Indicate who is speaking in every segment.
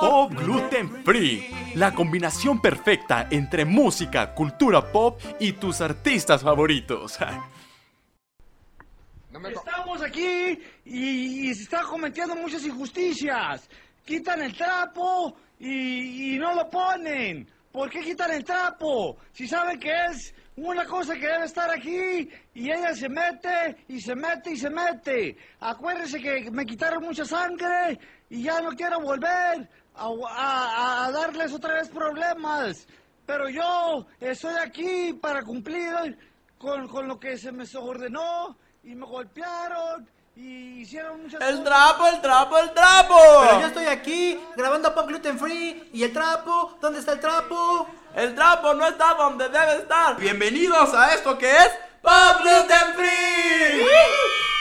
Speaker 1: Pop Gluten Free, la combinación perfecta entre música, cultura pop y tus artistas favoritos.
Speaker 2: Estamos aquí y, y se están cometiendo muchas injusticias. Quitan el trapo y, y no lo ponen. ¿Por qué quitan el trapo? Si saben que es una cosa que debe estar aquí y ella se mete y se mete y se mete. Acuérdense que me quitaron mucha sangre y ya no quiero volver a, a- a darles otra vez problemas. Pero yo estoy aquí para cumplir con, con lo que se me ordenó y me golpearon y hicieron muchas
Speaker 3: ¡El
Speaker 2: cosas.
Speaker 3: trapo, el trapo, el trapo!
Speaker 4: Pero yo estoy aquí grabando Pop Gluten Free y el trapo, ¿dónde está el trapo?
Speaker 3: ¡El trapo no está donde debe estar! ¡Bienvenidos a esto que es Pop Gluten Free!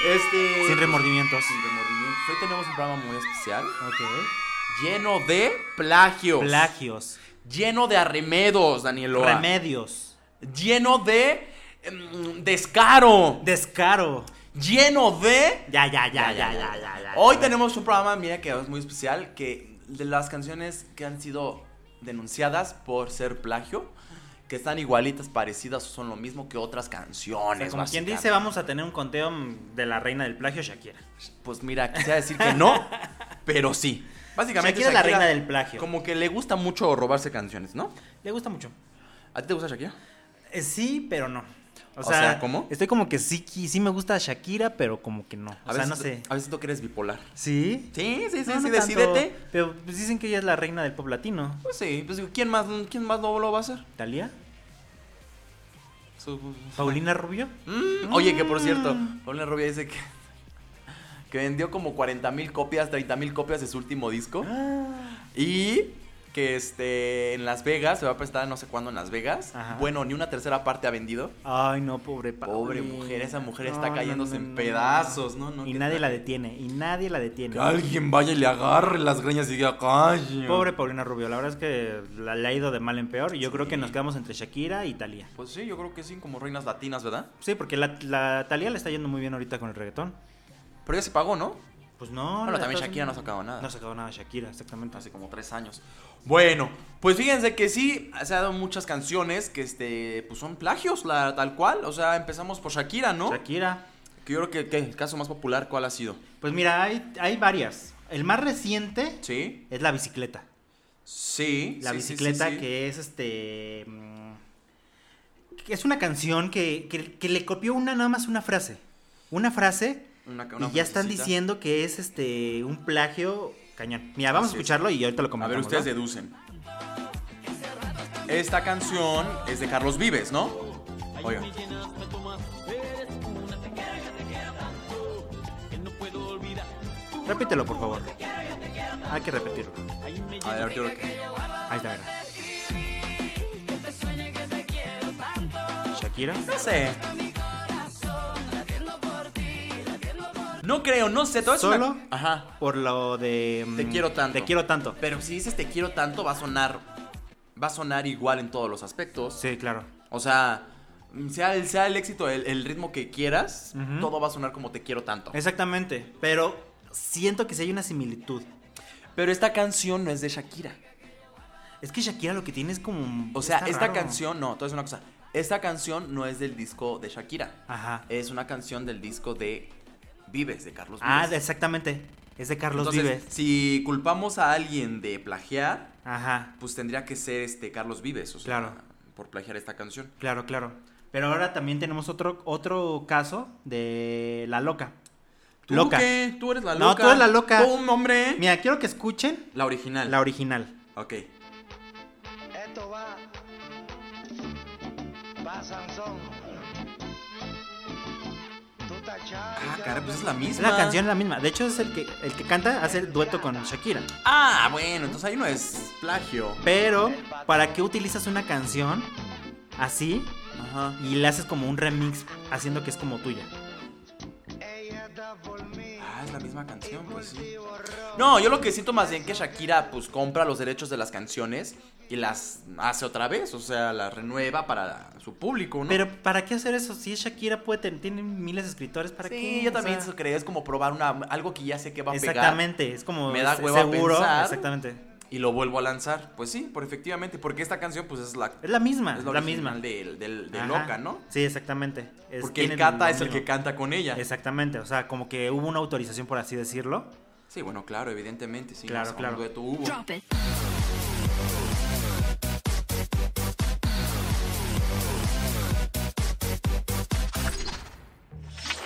Speaker 3: Este...
Speaker 4: Sin remordimientos.
Speaker 3: Sin remordimientos. Hoy tenemos un programa muy especial
Speaker 4: Ok.
Speaker 3: lleno de plagios.
Speaker 4: Plagios.
Speaker 3: lleno de arremedos, Danielo.
Speaker 4: Remedios.
Speaker 3: lleno de mm, descaro.
Speaker 4: Descaro.
Speaker 3: lleno de...
Speaker 4: Ya, ya, ya, ya, ya, ya, ya.
Speaker 3: Hoy tenemos un programa, mira que es muy especial, que de las canciones que han sido denunciadas por ser plagio, que están igualitas, parecidas o son lo mismo que otras
Speaker 4: O sea,
Speaker 3: canciones.
Speaker 4: como quien
Speaker 3: básicamente.
Speaker 4: dice, vamos a tener un conteo mm, de la reina del plagio, Shakira.
Speaker 3: Pues mira, quisiera decir que no, pero sí. Básicamente
Speaker 4: Shakira es la reina del plagio.
Speaker 3: Como que le gusta mucho robarse canciones, ¿no?
Speaker 4: Le gusta mucho.
Speaker 3: ¿A ti te gusta Shakira?
Speaker 4: Eh, sí, pero no. O,
Speaker 3: O
Speaker 4: sea,
Speaker 3: sea, ¿cómo?
Speaker 4: Estoy como que sí, qui- sí me gusta Shakira, pero como que no. O
Speaker 3: A
Speaker 4: sea,
Speaker 3: veces,
Speaker 4: no sé.
Speaker 3: A veces tú que eres bipolar.
Speaker 4: ¿Sí?
Speaker 3: Sí, sí, sí,
Speaker 4: No,
Speaker 3: sí,
Speaker 4: no
Speaker 3: decídete.
Speaker 4: tanto. Pero pues, dicen que ella es la reina del pop latino.
Speaker 3: Pues sí, pues digo, ¿quién más, quién más no lo va a hacer?
Speaker 4: ¿Talía?
Speaker 3: Su-
Speaker 4: ¿Paulina Rubio?
Speaker 3: Mm, Oye, que por cierto, Paulina Rubia dice que, que vendió como 40 mil copias, 30 mil copias de su último disco.
Speaker 4: Ah.
Speaker 3: Y que este en Las Vegas, se va a presentar no sé cuándo en Las Vegas.
Speaker 4: Ajá.
Speaker 3: Bueno, ni una tercera parte ha vendido.
Speaker 4: Ay, no, pobre
Speaker 3: Pobre
Speaker 4: Paulina.
Speaker 3: mujer, esa mujer está
Speaker 4: No, no,
Speaker 3: cayéndose
Speaker 4: no,
Speaker 3: en
Speaker 4: no,
Speaker 3: pedazos, ¿no?
Speaker 4: no.
Speaker 3: no
Speaker 4: Y
Speaker 3: qué
Speaker 4: nadie
Speaker 3: tal.
Speaker 4: la detiene, y nadie la detiene.
Speaker 1: Que alguien vaya y le agarre las greñas y diga, "Ay".
Speaker 4: Pobre Paulina Rubio, la verdad es que la, le ha ido de mal en peor y yo creo que
Speaker 3: Sí.
Speaker 4: nos quedamos entre Shakira y Talía.
Speaker 3: Pues sí, yo creo que sí, como reinas latinas, ¿verdad?
Speaker 4: Sí, porque la, la Talía le está yendo muy bien ahorita con el reggaetón.
Speaker 3: Pero ya se pagó, ¿no?
Speaker 4: Pues no.
Speaker 3: Bueno,
Speaker 4: la
Speaker 3: también
Speaker 4: está
Speaker 3: Shakira no ha
Speaker 4: haciendo-
Speaker 3: sacado nada. ¿Ah,
Speaker 4: No ha sacado nada Shakira, exactamente.
Speaker 3: hace como tres años. Bueno, pues fíjense que sí, se han dado muchas canciones que este, pues son plagios, la, tal cual. O sea, empezamos por Shakira, ¿no?
Speaker 4: Shakira.
Speaker 3: Que yo creo que, que el caso más popular, ¿cuál ha sido?
Speaker 4: Pues mira, hay, hay varias. El más reciente
Speaker 3: Sí,
Speaker 4: es la bicicleta.
Speaker 3: sí.
Speaker 4: La
Speaker 3: sí, sí, sí,
Speaker 4: bicicleta
Speaker 3: sí.
Speaker 4: que es este. mm, que es una canción que, que- que le copió una nada más una frase. Una frase.
Speaker 3: Una- una
Speaker 4: y ya están
Speaker 3: frasecita.
Speaker 4: diciendo que es este. un plagio cañón. Mira, vamos
Speaker 3: Así
Speaker 4: a
Speaker 3: es.
Speaker 4: escucharlo y ahorita lo
Speaker 3: A ver,
Speaker 4: comentamos.
Speaker 3: ustedes
Speaker 4: ¿va?
Speaker 3: deducen. Esta canción es de Carlos Vives, ¿no? Oigan.
Speaker 4: Repítelo, por favor. Hay que repetirlo.
Speaker 3: A ver, ahorita creo que-
Speaker 4: Ahí está, mira. Shakira.
Speaker 3: No sé. No creo, no sé. Todo es una-
Speaker 4: Solo
Speaker 3: Ajá.
Speaker 4: Por lo de. mm,
Speaker 3: Te quiero tanto.
Speaker 4: Te quiero tanto.
Speaker 3: Pero si dices te quiero tanto, va a sonar. Va a sonar igual en todos los aspectos.
Speaker 4: Sí, claro.
Speaker 3: O sea, mm, sea el, sea el éxito, el, el ritmo que quieras,
Speaker 4: Ujú.
Speaker 3: todo va a sonar como te quiero tanto.
Speaker 4: Exactamente. Pero siento que sí hay una similitud.
Speaker 3: Pero esta canción no es de Shakira.
Speaker 4: Es que Shakira lo que tiene es como.
Speaker 3: O sea,
Speaker 4: está
Speaker 3: esta
Speaker 4: raro.
Speaker 3: canción, no, todo es una cosa. Esta canción no es del disco de Shakira.
Speaker 4: Ajá.
Speaker 3: Es una canción del disco de Vives, de Carlos Vives.
Speaker 4: Ah, de- exactamente. Es de Carlos
Speaker 3: Entonces,
Speaker 4: Vives.
Speaker 3: Si culpamos a alguien de plagiar,
Speaker 4: Ajá.
Speaker 3: pues tendría que ser este Carlos Vives, o sea,
Speaker 4: Claro.
Speaker 3: por plagiar esta canción.
Speaker 4: Claro, claro. Pero ahora también tenemos otro, otro caso de la loca.
Speaker 3: ¿Tú
Speaker 4: loca.
Speaker 3: qué? Tú eres la loca.
Speaker 4: No, tú eres la loca.
Speaker 3: Tú, un hombre.
Speaker 4: Mira, quiero que escuchen
Speaker 3: La original.
Speaker 4: la original.
Speaker 3: Ok.
Speaker 2: Esto va. Va Sansón. Tú tachai,
Speaker 3: Ah,
Speaker 2: ya
Speaker 3: caray,
Speaker 2: no
Speaker 3: pues es la
Speaker 4: Es
Speaker 3: misma.
Speaker 4: la canción la misma. De hecho, es el que, el que canta, hace el dueto con Shakira.
Speaker 3: Ah, bueno, entonces ahí no es plagio.
Speaker 4: Pero, ¿para qué utilizas una canción así
Speaker 3: Ajá.
Speaker 4: y la haces como un remix haciendo que es como tuya.
Speaker 3: Ah, es la misma canción, pues sí. No, yo lo que siento más bien que Shakira pues compra los derechos de las canciones y las hace otra vez, o sea, las renueva para su público, ¿no?
Speaker 4: Pero ¿para qué hacer eso? Si es Shakira puede ten- tiene miles de escritores, ¿para qué?
Speaker 3: sí,
Speaker 4: O
Speaker 3: yo también
Speaker 4: sea,
Speaker 3: eso creo, es como probar una, algo que ya sé que va a pegar.
Speaker 4: exactamente, es como
Speaker 3: Me da
Speaker 4: es-
Speaker 3: hueva
Speaker 4: seguro,
Speaker 3: pensar.
Speaker 4: exactamente.
Speaker 3: Y lo vuelvo a lanzar. Pues sí, por efectivamente, porque esta canción pues es la
Speaker 4: Es la misma,
Speaker 3: es
Speaker 4: la, misma.
Speaker 3: original del, del- de
Speaker 4: Ajá.
Speaker 3: Loca, ¿no?
Speaker 4: Sí, exactamente. Es-
Speaker 3: Porque el
Speaker 4: tienen
Speaker 3: Cata
Speaker 4: lo
Speaker 3: es el
Speaker 4: mismo.
Speaker 3: que canta con ella.
Speaker 4: Exactamente, o sea, como que hubo una autorización por así decirlo.
Speaker 3: Sí, bueno, claro, evidentemente, sí.
Speaker 4: Claro,
Speaker 3: no sé,
Speaker 4: claro.
Speaker 3: Un dueto hubo.
Speaker 5: Drop it.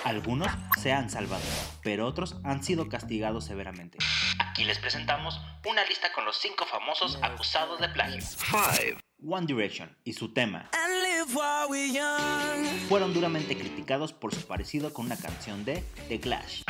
Speaker 6: Algunos se han salvado, pero otros han sido castigados severamente. Aquí les presentamos una lista con los cinco famosos acusados de plagio. One Direction y su tema fueron duramente criticados por su parecido con una canción de The Clash.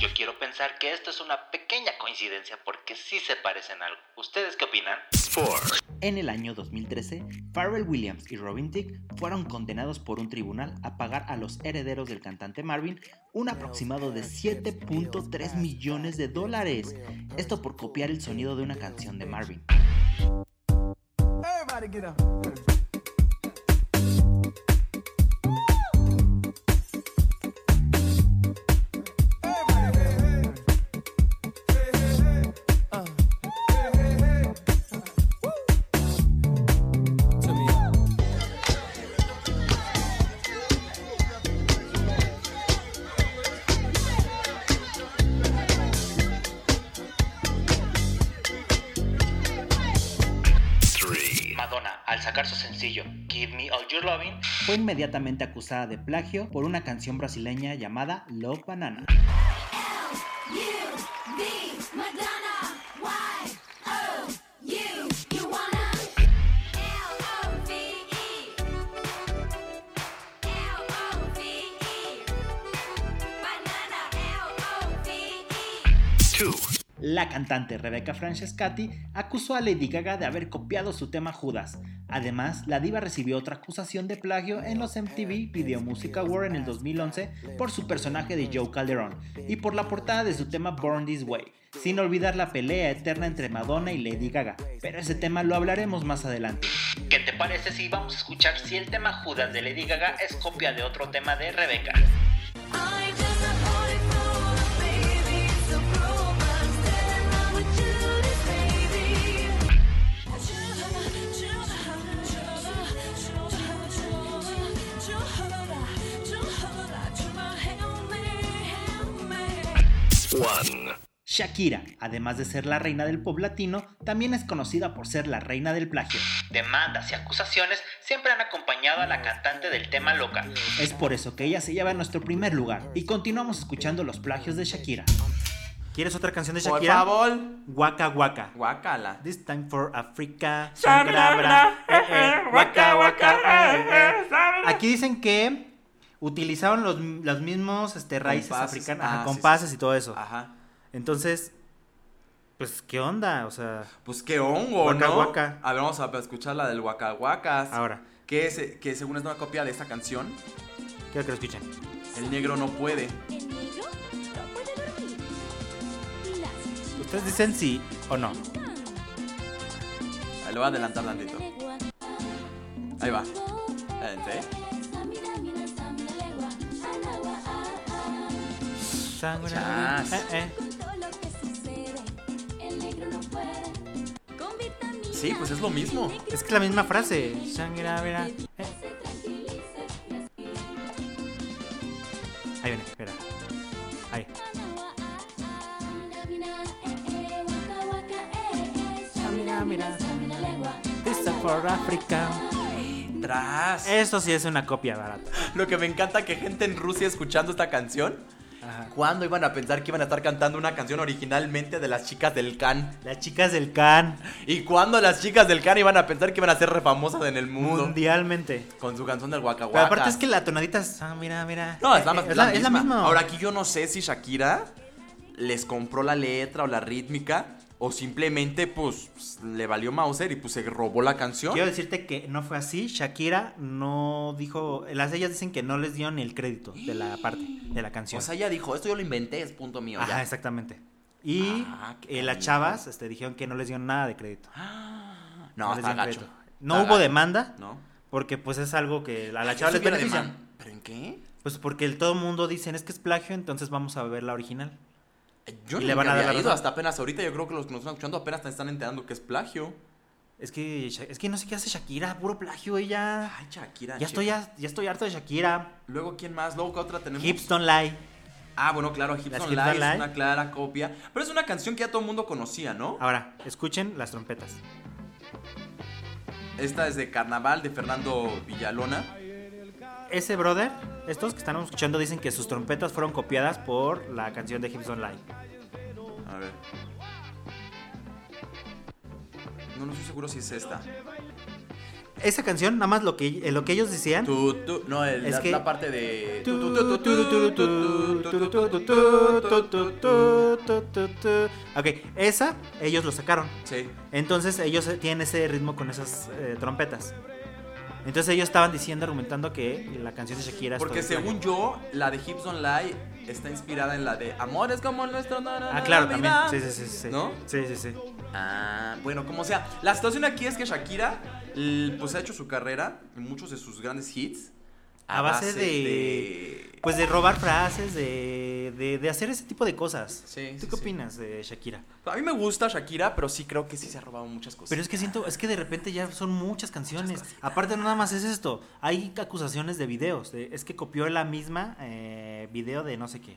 Speaker 6: Yo quiero pensar que esto es una pequeña coincidencia porque sí se parecen algo. ¿Ustedes qué opinan? En el año 2013, Pharrell Williams y Robin Thicke fueron condenados por un tribunal a pagar a los herederos del cantante Marvin un aproximado de 7.3 millones de dólares. Esto por copiar el sonido de una canción de Marvin. Madonna, al sacar su sencillo Give Me All Your Loving, fue inmediatamente acusada de plagio por una canción brasileña llamada Love Banana.
Speaker 7: E. E.
Speaker 6: La cantante Rebecca Francescatti acusó a Lady Gaga de haber copiado su tema Judas. Además, la diva recibió otra acusación de plagio en los MTV Video Music Award en el 2011 por su personaje de Joe Calderón y por la portada de su tema Born This Way, sin olvidar la pelea eterna entre Madonna y Lady Gaga. Pero ese tema lo hablaremos más adelante. ¿Qué te parece si vamos a escuchar si el tema Judas de Lady Gaga es copia de otro tema de Rebecca? Shakira, además de ser la reina del pop latino, también es conocida por ser la reina del plagio. Demandas y acusaciones siempre han acompañado a la cantante del tema loca. Es por eso que ella se lleva a nuestro primer lugar y continuamos escuchando los plagios de Shakira.
Speaker 4: ¿Quieres otra canción de
Speaker 3: Por
Speaker 4: Shakira?
Speaker 3: favor,
Speaker 4: Waka Waka.
Speaker 3: guácala.
Speaker 4: This time for Africa. Shabra, bra, eh, eh, Waka Waka. eh, eh. Aquí dicen que utilizaron los, los mismos este, raíces
Speaker 3: Compases.
Speaker 4: africanas,
Speaker 3: Ah,
Speaker 4: ajá,
Speaker 3: sí, Ah.
Speaker 4: compases y todo eso.
Speaker 3: Ajá.
Speaker 4: Entonces, pues, ¿qué onda? O sea,
Speaker 3: Pues qué hongo,
Speaker 4: Guaca,
Speaker 3: ¿no?
Speaker 4: guaca.
Speaker 3: A ver, vamos a escuchar la del Waka Wakas.
Speaker 4: ahora,
Speaker 3: Que, es- que según es una copia de esta canción,
Speaker 4: quiero que lo escuchen.
Speaker 3: El negro no puede.
Speaker 7: El negro no puede dormir. Las
Speaker 4: Ustedes dicen sí o no.
Speaker 3: Ahí lo voy a adelantar tantito. Ahí va. Adelante. ¿eh? Chas.
Speaker 4: Eh, eh.
Speaker 3: Sí, pues es lo mismo.
Speaker 4: Es que es la misma frase. Shangra, verá. Eh. eh. Ahí viene, espera. Ahí. Pizza for Africa.
Speaker 3: Tras.
Speaker 4: Eh. Esto sí es una copia barata.
Speaker 3: Lo que me encanta que gente en Rusia escuchando esta canción.
Speaker 4: Ajá.
Speaker 3: ¿Cuándo iban a pensar que iban a estar cantando una canción originalmente de las chicas del Can?
Speaker 4: Las chicas del Can.
Speaker 3: ¿Y cuándo las chicas del Can iban a pensar que iban a ser refamosas en el mundo?
Speaker 4: Mundialmente.
Speaker 3: Con su canción del Waka
Speaker 4: Pero
Speaker 3: Waka.
Speaker 4: aparte es que la tonadita es. Ah, mira, mira.
Speaker 3: No, es
Speaker 4: Eh,
Speaker 3: la,
Speaker 4: eh,
Speaker 3: es la misma.
Speaker 4: es la misma.
Speaker 3: Ahora aquí yo no sé si Shakira les compró la letra o la rítmica o simplemente pues pues, le valió Mauser y pues se robó la canción.
Speaker 4: Quiero decirte que no fue así. Shakira no dijo. Las ellas dicen que no les dio ni el crédito de la parte de la canción.
Speaker 3: O sea, ella dijo, esto yo lo inventé, es punto mío.
Speaker 4: Ajá,
Speaker 3: ya".
Speaker 4: exactamente. Y
Speaker 3: Ah, qué
Speaker 4: eh, las
Speaker 3: canijo.
Speaker 4: chavas este, dijeron que no les dio nada de crédito.
Speaker 3: ¡Ah! No,
Speaker 4: les
Speaker 3: está
Speaker 4: dieron
Speaker 3: gacho.
Speaker 4: crédito. No
Speaker 3: Está
Speaker 4: hubo
Speaker 3: gacho.
Speaker 4: demanda
Speaker 3: ¿No?
Speaker 4: porque pues es algo que a la
Speaker 3: Yo
Speaker 4: chava
Speaker 3: sí
Speaker 4: les
Speaker 3: hubiera
Speaker 4: beneficia.
Speaker 3: demanda. ¿Pero en qué?
Speaker 4: Pues porque el todo mundo dicen es que es plagio, entonces vamos a ver la original.
Speaker 3: Yo
Speaker 4: Y
Speaker 3: no
Speaker 4: le van a dar la razón.
Speaker 3: hasta apenas ahorita. Yo creo que los que nos están escuchando apenas te están enterando que es plagio.
Speaker 4: Es que Sha- es que no sé qué hace Shakira, puro plagio ella.
Speaker 3: Ay, Shakira.
Speaker 4: ya
Speaker 3: che.
Speaker 4: estoy ya, ya estoy harto de Shakira.
Speaker 3: Luego, ¿quién más? Luego, ¿qué otra tenemos?
Speaker 4: Hips don't lie.
Speaker 3: Ah, bueno, claro, Hips
Speaker 4: Las
Speaker 3: Don't
Speaker 4: Hips
Speaker 3: Lie
Speaker 4: Don't
Speaker 3: es
Speaker 4: Lie.
Speaker 3: una clara copia. Pero es una canción que ya todo el mundo conocía, ¿no?
Speaker 4: Ahora, escuchen las trompetas.
Speaker 3: Esta es de Carnaval de Fernando Villalona.
Speaker 4: Ese brother, estos que están escuchando dicen que sus trompetas fueron copiadas por la canción de Hips don't lie.
Speaker 3: A ver. No, no estoy seguro si es esta.
Speaker 4: Esa canción, nada más lo que, eh, lo que ellos decían.
Speaker 3: Tú, tú, no, el-
Speaker 4: Es
Speaker 3: la,
Speaker 4: que-
Speaker 3: la parte de.
Speaker 4: Ok, esa ellos lo sacaron.
Speaker 3: Sí.
Speaker 4: Entonces ellos eh, tienen ese ritmo con esas eh, trompetas. Entonces ellos estaban diciendo, argumentando que la canción de Shakira es
Speaker 3: Porque
Speaker 4: todo plagio.
Speaker 3: según yo, la de Hips Don't Lie está inspirada en la de Amores como el nuestro. na, na, na,
Speaker 4: Ah, claro,
Speaker 3: la
Speaker 4: también.
Speaker 3: vida.
Speaker 4: Sí, sí, sí, sí.
Speaker 3: ¿No?
Speaker 4: Sí, sí, sí.
Speaker 3: Ah, bueno, como sea. La situación aquí es que Shakira, l- pues ha hecho su carrera, muchos de sus grandes hits.
Speaker 4: A base de-
Speaker 3: de-
Speaker 4: Pues de robar frases, de, de, de hacer ese tipo de cosas.
Speaker 3: Sí,
Speaker 4: ¿Tú
Speaker 3: sí,
Speaker 4: qué
Speaker 3: sí.
Speaker 4: opinas de Shakira?
Speaker 3: A mí me gusta Shakira, pero sí creo que sí se ha robado muchas cosas.
Speaker 4: Pero es que siento, es que de repente ya son muchas canciones. Aparte, no nada más es esto. Hay acusaciones de videos. de- es que copió la misma eh, video de no sé qué.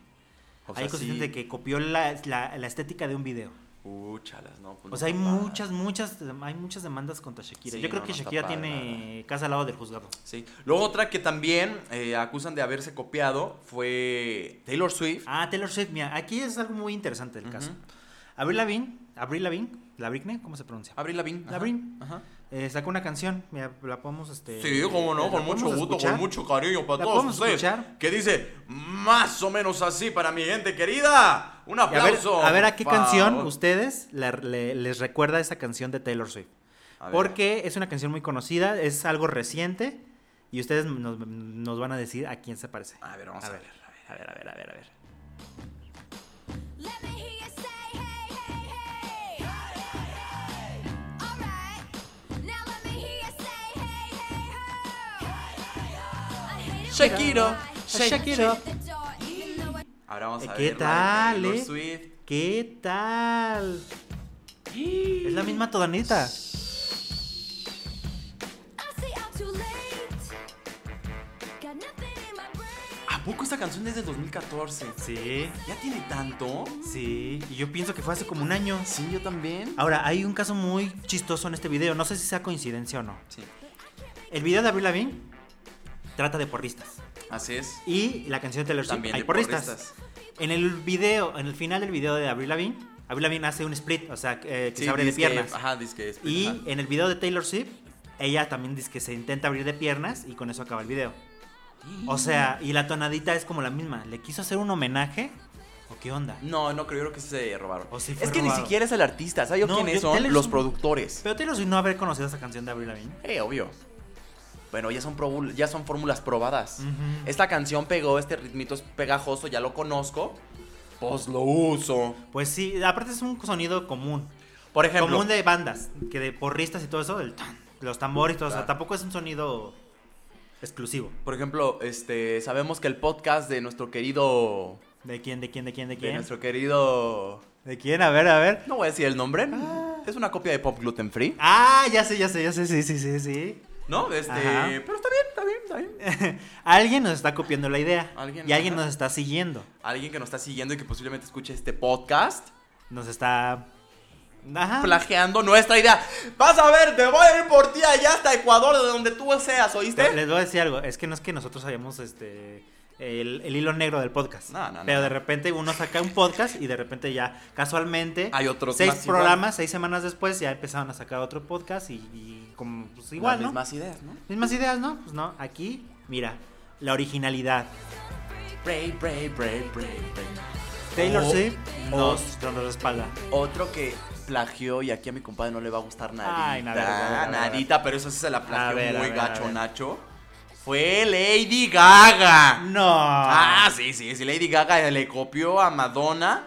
Speaker 3: O sea,
Speaker 4: hay acusaciones
Speaker 3: sí.
Speaker 4: de que copió la, la- la estética de un video.
Speaker 3: Uh, chalas, no. pues
Speaker 4: O
Speaker 3: no
Speaker 4: sea, hay
Speaker 3: está padre.
Speaker 4: muchas, muchas, hay muchas demandas contra Shakira.
Speaker 3: Sí,
Speaker 4: Yo creo
Speaker 3: no,
Speaker 4: que
Speaker 3: no está
Speaker 4: Shakira
Speaker 3: padre,
Speaker 4: tiene casa al lado del juzgado.
Speaker 3: Sí. Luego otra que también eh, acusan de haberse copiado fue Taylor Swift.
Speaker 4: Ah, Taylor Swift, mira, aquí es algo muy interesante el caso.
Speaker 3: Ujú.
Speaker 4: Avril Lavigne, Avril Lavigne, la Britney, ¿cómo se pronuncia?
Speaker 3: Abril Lavigne. ajá,
Speaker 4: Lavigne.
Speaker 3: ajá.
Speaker 4: Eh, sacó una canción, mira, la podemos este
Speaker 3: Sí, como no,
Speaker 4: ¿la
Speaker 3: con
Speaker 4: podemos
Speaker 3: mucho gusto,
Speaker 4: escuchar?
Speaker 3: con mucho cariño para
Speaker 4: ¿La
Speaker 3: todos
Speaker 4: podemos
Speaker 3: ustedes.
Speaker 4: escuchar?
Speaker 3: Que dice, más o menos así para mi gente querida. Un
Speaker 4: Y A ver,
Speaker 3: aplauso.
Speaker 4: a ver a qué
Speaker 3: por
Speaker 4: canción
Speaker 3: favor.
Speaker 4: ustedes la- le- les recuerda esa canción de Taylor Swift.
Speaker 3: A ver.
Speaker 4: Porque es una canción muy conocida, es algo reciente y ustedes nos, nos van a decir a quién se parece.
Speaker 3: A ver, vamos a, ver. A ver, a ver, a ver, a ver.
Speaker 7: Let me hear you say hey, hey, hey. All right. Now let me hear you say hey, hey, hey. I hate it when
Speaker 3: Shakira,
Speaker 7: I
Speaker 4: Shakira.
Speaker 7: shut the door, even though I-
Speaker 3: Ahora vamos a
Speaker 4: Eh, ¿Qué
Speaker 3: ver. la de
Speaker 4: tal,
Speaker 3: Taylor
Speaker 4: eh?
Speaker 3: Swift.
Speaker 4: ¿Qué tal? Es la misma tonadita.
Speaker 7: I say I'm too late. Got nothing in my brain.
Speaker 3: ¿A poco esta canción es de 2014?
Speaker 4: Sí,
Speaker 3: ¿Ya tiene tanto?
Speaker 4: sí. Y yo pienso que fue hace como un año.
Speaker 3: Sí, yo también.
Speaker 4: Ahora, hay un caso muy chistoso en este video. No sé si sea coincidencia o no.
Speaker 3: Sí.
Speaker 4: El video de Avril Lavigne trata de porristas.
Speaker 3: Así es.
Speaker 4: Y la canción de Taylor Swift
Speaker 3: También
Speaker 4: hay
Speaker 3: de
Speaker 4: porristas.
Speaker 3: porristas.
Speaker 4: En el video, en el final del video de Avril Lavigne, Avril Lavigne hace un split, o sea, que eh, que
Speaker 3: Sí,
Speaker 4: se abre de
Speaker 3: disque-
Speaker 4: piernas.
Speaker 3: Ajá, disque. es-
Speaker 4: y eh,
Speaker 3: ajá.
Speaker 4: en el video de Taylor Swift, ella también dice que se intenta abrir de piernas y con eso acaba el video. O sea, y la tonadita es como la misma. ¿Le quiso hacer un homenaje? ¿O qué onda?
Speaker 3: No, no creo, yo creo que sí se robaron.
Speaker 4: O sí fue
Speaker 3: es que ni
Speaker 4: robado.
Speaker 3: siquiera es el artista, ¿sabes yo
Speaker 4: No,
Speaker 3: quiénes
Speaker 4: yo-
Speaker 3: son?
Speaker 4: Taylor
Speaker 3: Los
Speaker 4: Swift-
Speaker 3: productores.
Speaker 4: Pero Taylor Swift no haber conocido esa canción de Avril Lavigne.
Speaker 3: Eh, obvio. Bueno, ya son, probu- ya son fórmulas probadas. Esta canción pegó, este ritmito es pegajoso, ya lo conozco. Pues lo uso.
Speaker 4: Pues sí, aparte es un sonido común.
Speaker 3: Por ejemplo,
Speaker 4: Común de bandas, que de porristas y todo eso, el tan, los tambores y todo eso. O sea,
Speaker 3: Claro.
Speaker 4: tampoco es un sonido exclusivo.
Speaker 3: por ejemplo, este, sabemos que el podcast de nuestro querido,
Speaker 4: ¿De quién, de quién, de quién, de
Speaker 3: de
Speaker 4: quién?
Speaker 3: nuestro querido,
Speaker 4: ¿De quién? A ver, a ver.
Speaker 3: no voy a decir el nombre, es una copia de Pop Gluten Free,
Speaker 4: Ah, ya sé, ya sé, ya sé, sí, sí, sí, sí.
Speaker 3: ¿no? Este,
Speaker 4: Ajá.
Speaker 3: pero está bien, está bien, está bien.
Speaker 4: alguien nos está copiando la idea.
Speaker 3: Alguien,
Speaker 4: y alguien
Speaker 3: ajá.
Speaker 4: nos está siguiendo.
Speaker 3: alguien que nos está siguiendo y que posiblemente escuche este podcast,
Speaker 4: Nos está Ajá.
Speaker 3: plagiando nuestra idea. Vas a ver, te voy a ir por ti allá hasta Ecuador, de donde tú seas, ¿oíste?
Speaker 4: Les voy a decir algo, es que no es que nosotros hayamos este el, el hilo negro del podcast.
Speaker 3: No, no, no.
Speaker 4: Pero de repente uno saca un podcast y de repente ya casualmente
Speaker 3: Hay otros
Speaker 4: seis
Speaker 3: más igual.
Speaker 4: programas, seis semanas después ya empezaron a sacar otro podcast y, y como pues igual, ¿no?
Speaker 3: Las mismas ideas, ¿no?
Speaker 4: Mismas ideas, ¿no? Pues no, aquí, mira, la originalidad.
Speaker 3: Pray, pray, pray, pray, pray.
Speaker 4: Taylor
Speaker 3: Oh,
Speaker 4: Swift
Speaker 3: no.
Speaker 4: nos, nos respalda.
Speaker 3: Otro que plagió y aquí a mi compadre no le va a gustar nadita.
Speaker 4: Ay, nada, nada, nada, nada.
Speaker 3: nadita, pero eso sí se la
Speaker 4: A
Speaker 3: plagió
Speaker 4: ver, a
Speaker 3: muy
Speaker 4: ver, a
Speaker 3: gacho
Speaker 4: ver.
Speaker 3: Nacho. Fue Lady Gaga.
Speaker 4: No.
Speaker 3: Ah, sí, sí, sí, Lady Gaga le copió a Madonna.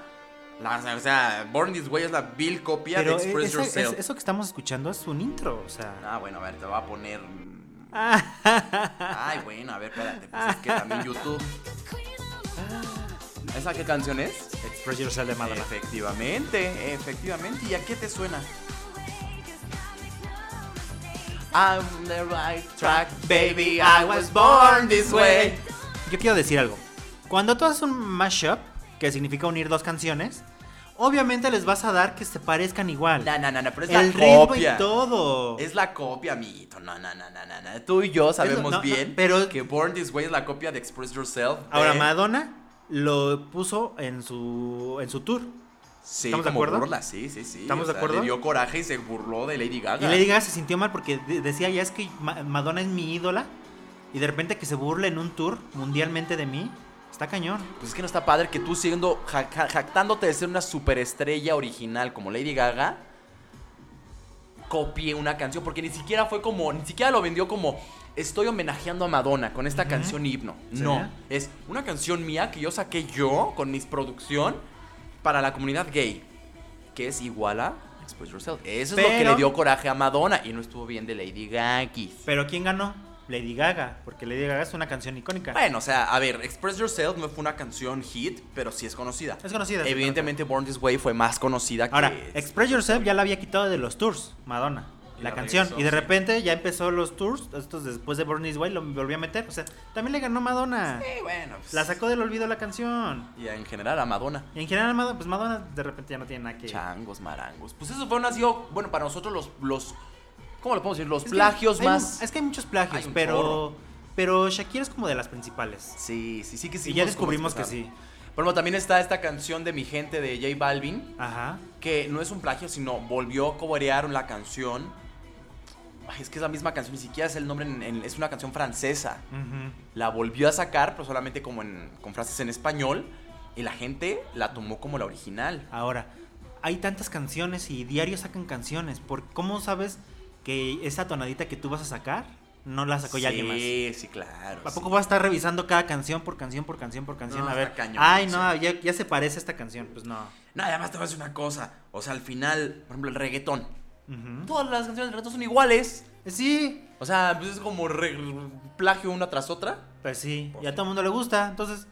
Speaker 3: La- o sea, Born This Way es la vil copia
Speaker 4: pero
Speaker 3: de
Speaker 4: e-
Speaker 3: Express
Speaker 4: esa- es-
Speaker 3: Yourself.
Speaker 4: eso que estamos escuchando es un intro, o sea.
Speaker 3: Ah, bueno, a ver, te voy a poner. Ah. Ay, bueno, a ver, espérate. Pues es que también YouTube. ¿Esa qué canción es?
Speaker 4: Express Yourself de
Speaker 3: Eh.
Speaker 4: Madonna.
Speaker 3: Efectivamente, efectivamente. ¿Y a qué te suena? I'm on the right track, baby. I was born this way.
Speaker 4: Yo quiero decir algo. Cuando tú haces un mashup, que significa unir dos canciones, obviamente les vas a dar que se parezcan igual.
Speaker 3: No, no, no, no, pero es
Speaker 4: el
Speaker 3: la
Speaker 4: ritmo
Speaker 3: copia.
Speaker 4: y todo.
Speaker 3: Es la copia, amiguito. No, no, no, no, no, no. Tú y yo sabemos
Speaker 4: no, no,
Speaker 3: bien
Speaker 4: pero-
Speaker 3: que Born This Way es la copia de Express Yourself. de-
Speaker 4: Ahora Madonna lo puso en su en su tour.
Speaker 3: Sí,
Speaker 4: ¿estamos de
Speaker 3: como
Speaker 4: acuerdo?
Speaker 3: burla, sí, sí, sí.
Speaker 4: ¿Estamos de acuerdo?
Speaker 3: Le dio coraje y se burló de Lady
Speaker 4: Y
Speaker 3: Gaga.
Speaker 4: Lady Gaga se sintió mal porque de- decía, ya es que Ma- Madonna es mi ídola y de repente que se burle en un tour mundialmente de mí, está cañón.
Speaker 3: Pues es que no está padre que tú siendo ja- ja- jactándote de ser una superestrella original como Lady Gaga copie una canción porque ni siquiera fue como ni siquiera lo vendió como estoy homenajeando a Madonna con esta canción himno.
Speaker 4: Sí.
Speaker 3: No, es una canción mía que yo saqué yo con mis producción para la comunidad gay, que es igual a Express Yourself. Eso es lo que
Speaker 4: Pero-
Speaker 3: le dio coraje a Madonna y no estuvo bien de Lady Gaga.
Speaker 4: Pero ¿quién ganó? Lady Gaga, porque Lady Gaga es una canción icónica.
Speaker 3: Bueno, o sea, a ver, Express Yourself no fue una canción hit, pero sí es conocida.
Speaker 4: Es conocida, sí,
Speaker 3: Evidentemente, Born This Way fue más conocida que.
Speaker 4: Ahora, Express Yourself ya la había quitado de los tours, Madonna,
Speaker 3: Y
Speaker 4: la
Speaker 3: la
Speaker 4: canción.
Speaker 3: regresó,
Speaker 4: y de
Speaker 3: sí.
Speaker 4: repente ya empezó los tours, estos después de Born This Way lo volvió a meter. O sea, también le ganó Madonna.
Speaker 3: Sí, bueno, pues,
Speaker 4: La sacó del olvido la canción.
Speaker 3: Y en general a Madonna.
Speaker 4: Y en general, Madonna, pues Madonna de repente ya no tiene nada que...
Speaker 3: Changos, marangos. Pues eso fueron, ha sido, bueno, para nosotros los. los ¿Cómo lo podemos decir? Los
Speaker 4: Es que
Speaker 3: plagios
Speaker 4: hay
Speaker 3: más.
Speaker 4: mu- Es que hay muchos plagios,
Speaker 3: Hay un
Speaker 4: pero...
Speaker 3: chorro.
Speaker 4: Pero Shakira es como de las principales.
Speaker 3: Sí, sí, sí que sí.
Speaker 4: y ya
Speaker 3: pues, como
Speaker 4: descubrimos que
Speaker 3: expresar.
Speaker 4: sí.
Speaker 3: Por ejemplo, también está esta canción de Mi Gente de J Balvin,
Speaker 4: Ajá.
Speaker 3: que no es un plagio, sino volvió a coberear la canción. Ay, es que es la misma canción, ni siquiera es el nombre, en- en- es una canción francesa.
Speaker 4: Ujú.
Speaker 3: la volvió a sacar, pero solamente como en, con frases en español. Y la gente la tomó como la original.
Speaker 4: Ahora, hay tantas canciones y diario sacan canciones. ¿Por ¿Cómo sabes que esa tonadita que tú vas a sacar no la sacó ya alguien más?
Speaker 3: Sí, sí, claro.
Speaker 4: ¿A
Speaker 3: sí.
Speaker 4: poco vas a estar revisando cada canción por canción por canción por canción?
Speaker 3: No,
Speaker 4: a
Speaker 3: está
Speaker 4: ver.
Speaker 3: cañón,
Speaker 4: Ay,
Speaker 3: sí.
Speaker 4: no, ya, ya se parece a esta canción. Pues no.
Speaker 3: No, y además te voy a decir una cosa. O sea, al final, por ejemplo, el reggaetón.
Speaker 4: Ujú. Pues
Speaker 3: Todas las canciones del reggaetón son iguales.
Speaker 4: Sí,
Speaker 3: O sea, pues es como re- plagio una tras otra.
Speaker 4: pues sí.
Speaker 3: Por
Speaker 4: Y a todo el mundo le gusta. Entonces,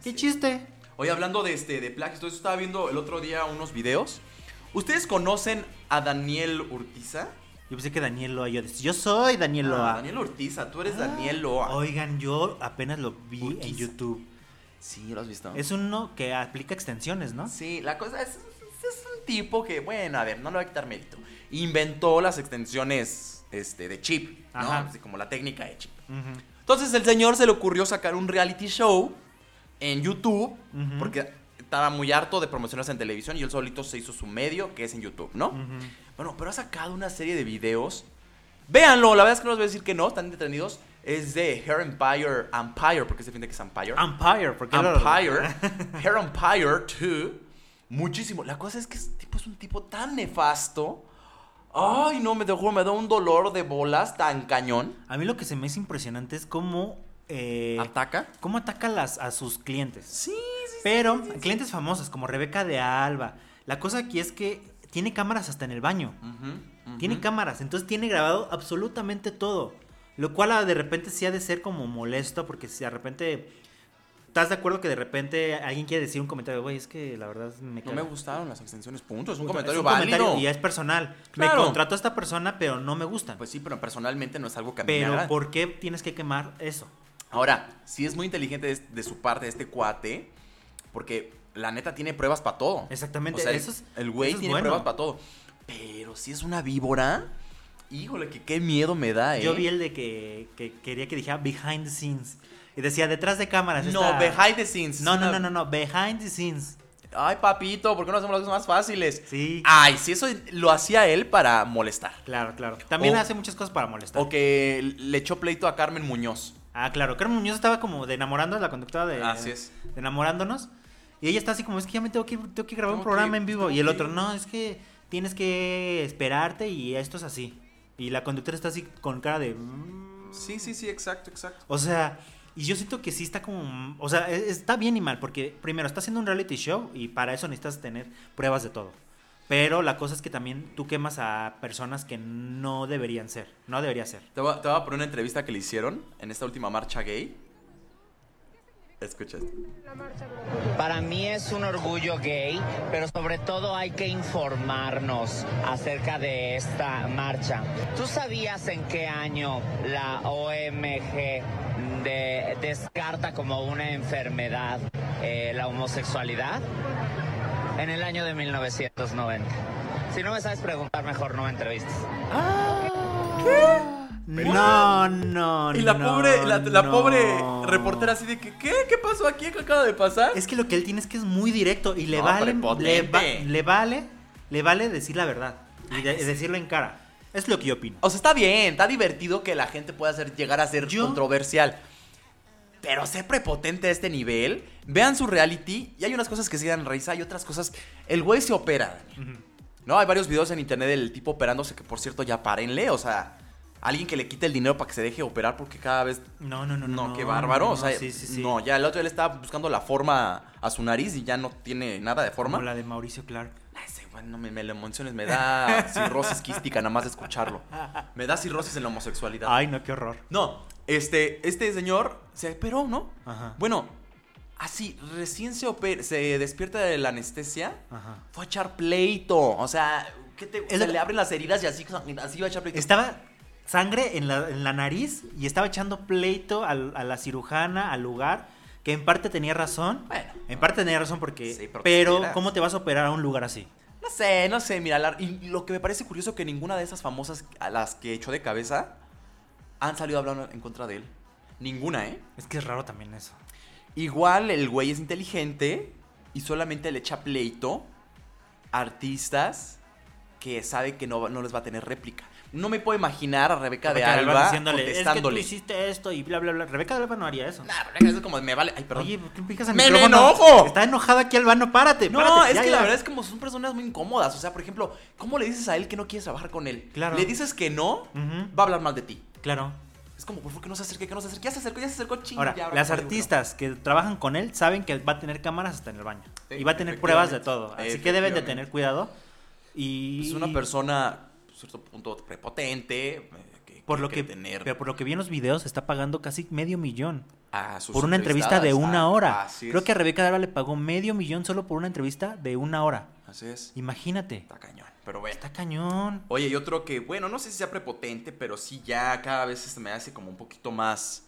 Speaker 4: qué
Speaker 3: Así es.
Speaker 4: chiste.
Speaker 3: Oye, hablando de, este, de plagios, entonces estaba viendo el otro día unos videos. ¿Ustedes conocen a Daniel Urtiza?
Speaker 4: Yo pensé que Daniel Loa. Yo, decía, yo soy Daniel Loa. Ah,
Speaker 3: Ah, Daniel Urtiza, tú eres Daniel Loa.
Speaker 4: Oigan, yo apenas lo vi en
Speaker 3: Urquiza.
Speaker 4: YouTube.
Speaker 3: Sí, lo has visto.
Speaker 4: Es uno que aplica extensiones, ¿no?
Speaker 3: Ah. Sí, la cosa es, es un tipo que, bueno, a ver, no le voy a quitar mérito. Inventó las extensiones este, de chip, ¿no?
Speaker 4: Ajá.
Speaker 3: Así como la técnica de chip.
Speaker 4: Ujú.
Speaker 3: Entonces el señor se le ocurrió sacar un reality show en YouTube,
Speaker 4: Ujú.
Speaker 3: porque estaba muy harto de promocionarse en televisión y él solito se hizo su medio, que es en YouTube, ¿no?
Speaker 4: Ujú.
Speaker 3: Bueno, pero ha sacado una serie de videos. Véanlo, la verdad es que no les voy a decir que no, están entretenidos. Es de Hair Empire, Empire, porque se entiende que es Empire.
Speaker 4: Empire, porque lo-
Speaker 3: Empire, Hair Empire 2, muchísimo. La cosa es que este tipo es un tipo tan nefasto. Ay, no, me dejó, me da un dolor de bolas tan cañón.
Speaker 4: A mí lo que se me es impresionante es cómo eh,
Speaker 3: ¿Ataca?
Speaker 4: cómo ataca las, a sus clientes.
Speaker 3: Sí, sí,
Speaker 4: Pero clientes famosas como Rebeca de Alba. La cosa aquí es que tiene cámaras hasta en el baño. Tiene cámaras, entonces tiene grabado absolutamente todo. Lo cual ah, de repente sí ha de ser como molesto porque si de repente estás de acuerdo que de repente alguien quiere decir un comentario, güey, es que la verdad me
Speaker 3: No
Speaker 4: caga".
Speaker 3: me gustaron las extensiones, punto. Es un
Speaker 4: Es
Speaker 3: comentario
Speaker 4: un
Speaker 3: válido.
Speaker 4: comentario y es personal. Me
Speaker 3: Claro.
Speaker 4: contrató esta persona, pero no me gusta.
Speaker 3: Pues sí, pero personalmente no es algo que a mí me
Speaker 4: pero
Speaker 3: agrade.
Speaker 4: ¿por qué tienes que quemar eso?
Speaker 3: Ahora, sí es muy inteligente de, de su parte, de este cuate, Porque la neta tiene pruebas para todo.
Speaker 4: Exactamente,
Speaker 3: O sea, el-
Speaker 4: eso es-
Speaker 3: el güey
Speaker 4: eso es
Speaker 3: tiene
Speaker 4: bueno.
Speaker 3: pruebas para todo. Pero si es una víbora, híjole, que qué miedo me da, ¿eh?
Speaker 4: Yo vi el de que, que quería que dijera behind the scenes. Y decía detrás de cámaras.
Speaker 3: No,
Speaker 4: esta-
Speaker 3: behind the scenes.
Speaker 4: No, no,
Speaker 3: Una-
Speaker 4: no, no, no, behind the scenes.
Speaker 3: Ay, papito, ¿por qué no hacemos las cosas más fáciles?
Speaker 4: Sí.
Speaker 3: Ay, si eso lo hacía él para molestar.
Speaker 4: Claro, claro. También
Speaker 3: O-
Speaker 4: hace muchas cosas para molestar.
Speaker 3: O que le echó pleito a Carmen Muñoz.
Speaker 4: Ah, claro. Carmen Muñoz estaba como de enamorando la conductora de,
Speaker 3: Así es.
Speaker 4: de enamorándonos. Y ella está así como, es que ya me tengo que, ir- tengo que grabar un
Speaker 3: Tengo
Speaker 4: programa
Speaker 3: que-
Speaker 4: en vivo.
Speaker 3: tengo
Speaker 4: Y el
Speaker 3: que
Speaker 4: otro,
Speaker 3: ir.
Speaker 4: no, es que tienes que esperarte y esto es así. Y la conductora está así con cara de... "Mm".
Speaker 3: Sí, sí, sí, exacto, exacto.
Speaker 4: O sea, y yo siento que sí está como... O sea, e- está bien y mal, porque primero, está haciendo un reality show y para eso necesitas tener pruebas de todo. Pero la cosa es que también tú quemas a personas que no deberían ser. No debería ser.
Speaker 3: Te voy, a- te voy a poner una entrevista que le hicieron en esta última marcha gay. Escucha esto.
Speaker 5: Para mí es un orgullo gay, pero sobre todo hay que informarnos acerca de esta marcha. ¿Tú sabías en qué año la OMG de- descarta como una enfermedad eh, la homosexualidad? En el año de 1990. Si no me sabes preguntar, mejor no me entrevistes.
Speaker 4: No, no,
Speaker 3: Y la
Speaker 4: no,
Speaker 3: pobre, la, la
Speaker 4: no.
Speaker 3: pobre reportera así de que, ¿qué? ¿Qué pasó aquí? ¿Qué acaba de pasar?
Speaker 4: Es que lo que él tiene es que es muy directo y le
Speaker 3: No,
Speaker 4: vale, le, va-
Speaker 3: prepotente.
Speaker 4: le vale, le vale decir la verdad y de- decirlo en cara. Es lo que yo opino.
Speaker 3: O sea, está bien, está divertido que la gente pueda ser- llegar a ser
Speaker 4: Yo-
Speaker 3: controversial. Pero ser prepotente a este nivel, vean su reality y hay unas cosas que sí dan risa y otras cosas. El güey se opera. Daniel. No, hay varios videos en internet del tipo operándose que, por cierto, ya párenle. O sea, alguien que le quite el dinero para que se deje operar porque cada vez.
Speaker 4: No, no, no, no.
Speaker 3: No, qué bárbaro.
Speaker 4: no,
Speaker 3: o sea,
Speaker 4: sí, sí, sí.
Speaker 3: no, ya el otro día le estaba buscando la forma a su nariz y ya no tiene nada de forma.
Speaker 4: Como la de Mauricio Clark.
Speaker 3: Ay, Ese güey no me, me lo emociones, me da cirrosis quística nada más de escucharlo. Me da cirrosis en la homosexualidad.
Speaker 4: Ay, no, qué horror.
Speaker 3: No, este, este señor se operó, ¿no?
Speaker 4: Ajá.
Speaker 3: Bueno, así, recién se, oper- se despierta de la anestesia,
Speaker 4: Ajá.
Speaker 3: fue a echar pleito. O sea, ¿qué te, se
Speaker 4: Es lo-
Speaker 3: le abren las heridas y así, así va a echar pleito.
Speaker 4: Estaba sangre en la, en la nariz y estaba echando pleito al- a, la cirujana, al lugar, que en parte tenía razón.
Speaker 3: Bueno.
Speaker 4: En parte tenía razón porque...
Speaker 3: Sí, pero te
Speaker 4: pero,
Speaker 3: esperas.
Speaker 4: ¿cómo te vas a operar a un lugar así?
Speaker 3: No sé, no sé, mira, la- y lo que me parece curioso que ninguna de esas famosas a las que echó de cabeza han salido a hablar en contra de él. Ninguna, ¿eh?
Speaker 4: Es que es raro también eso.
Speaker 3: Igual el güey es inteligente y solamente le echa pleito a artistas que sabe que no, va- no les va a tener réplica. No me puedo imaginar a Rebeca de
Speaker 4: Rebeca de Alba
Speaker 3: Alba
Speaker 4: diciéndole,
Speaker 3: contestándole.
Speaker 4: Es que tú hiciste esto y bla, bla, bla. Rebeca de Alba no haría eso.
Speaker 3: Nah, Rebeca, eso como me vale. Ay, perdón.
Speaker 4: Oye, ¿por qué picas al
Speaker 3: ¡Me
Speaker 4: micrófono?
Speaker 3: enojo!
Speaker 4: Está enojada aquí Albano, párate.
Speaker 3: no,
Speaker 4: párate,
Speaker 3: es
Speaker 4: ya,
Speaker 3: que
Speaker 4: ya.
Speaker 3: la verdad es como son personas muy incómodas. O sea, por ejemplo, ¿cómo le dices a él que no quieres trabajar con él?
Speaker 4: Claro.
Speaker 3: Le dices que no,
Speaker 4: Ujú.
Speaker 3: va a hablar mal de ti.
Speaker 4: Claro.
Speaker 3: Es como, por favor, que no se acerque, que no se acerque. Ya se acercó, ya se acercó, ching.
Speaker 4: Ahora,
Speaker 3: ya,
Speaker 4: las
Speaker 3: vale,
Speaker 4: artistas que trabajan con él saben que va a tener cámaras hasta en el baño.
Speaker 3: Sí,
Speaker 4: y va a tener pruebas de
Speaker 3: efectivamente,
Speaker 4: todo. Así que deben de
Speaker 3: efectivamente.
Speaker 4: tener cuidado. Y...
Speaker 3: Pues Es una persona, a cierto punto, prepotente. eh, que-
Speaker 4: Por lo
Speaker 3: que
Speaker 4: que,
Speaker 3: tener
Speaker 4: pero por lo que vi en los videos, está pagando casi medio millón.
Speaker 3: a sus
Speaker 4: por una entrevista de
Speaker 3: entrevistadas.
Speaker 4: una
Speaker 3: Ah,
Speaker 4: hora.
Speaker 3: así es.
Speaker 4: Creo que a Rebeca de Alba le pagó medio millón solo por una entrevista de una hora.
Speaker 3: Así es.
Speaker 4: Imagínate.
Speaker 3: Está cañón, pero bueno.
Speaker 4: Está cañón.
Speaker 3: Oye, y otro que, bueno, no sé si sea prepotente, pero sí ya cada vez se me hace como un poquito más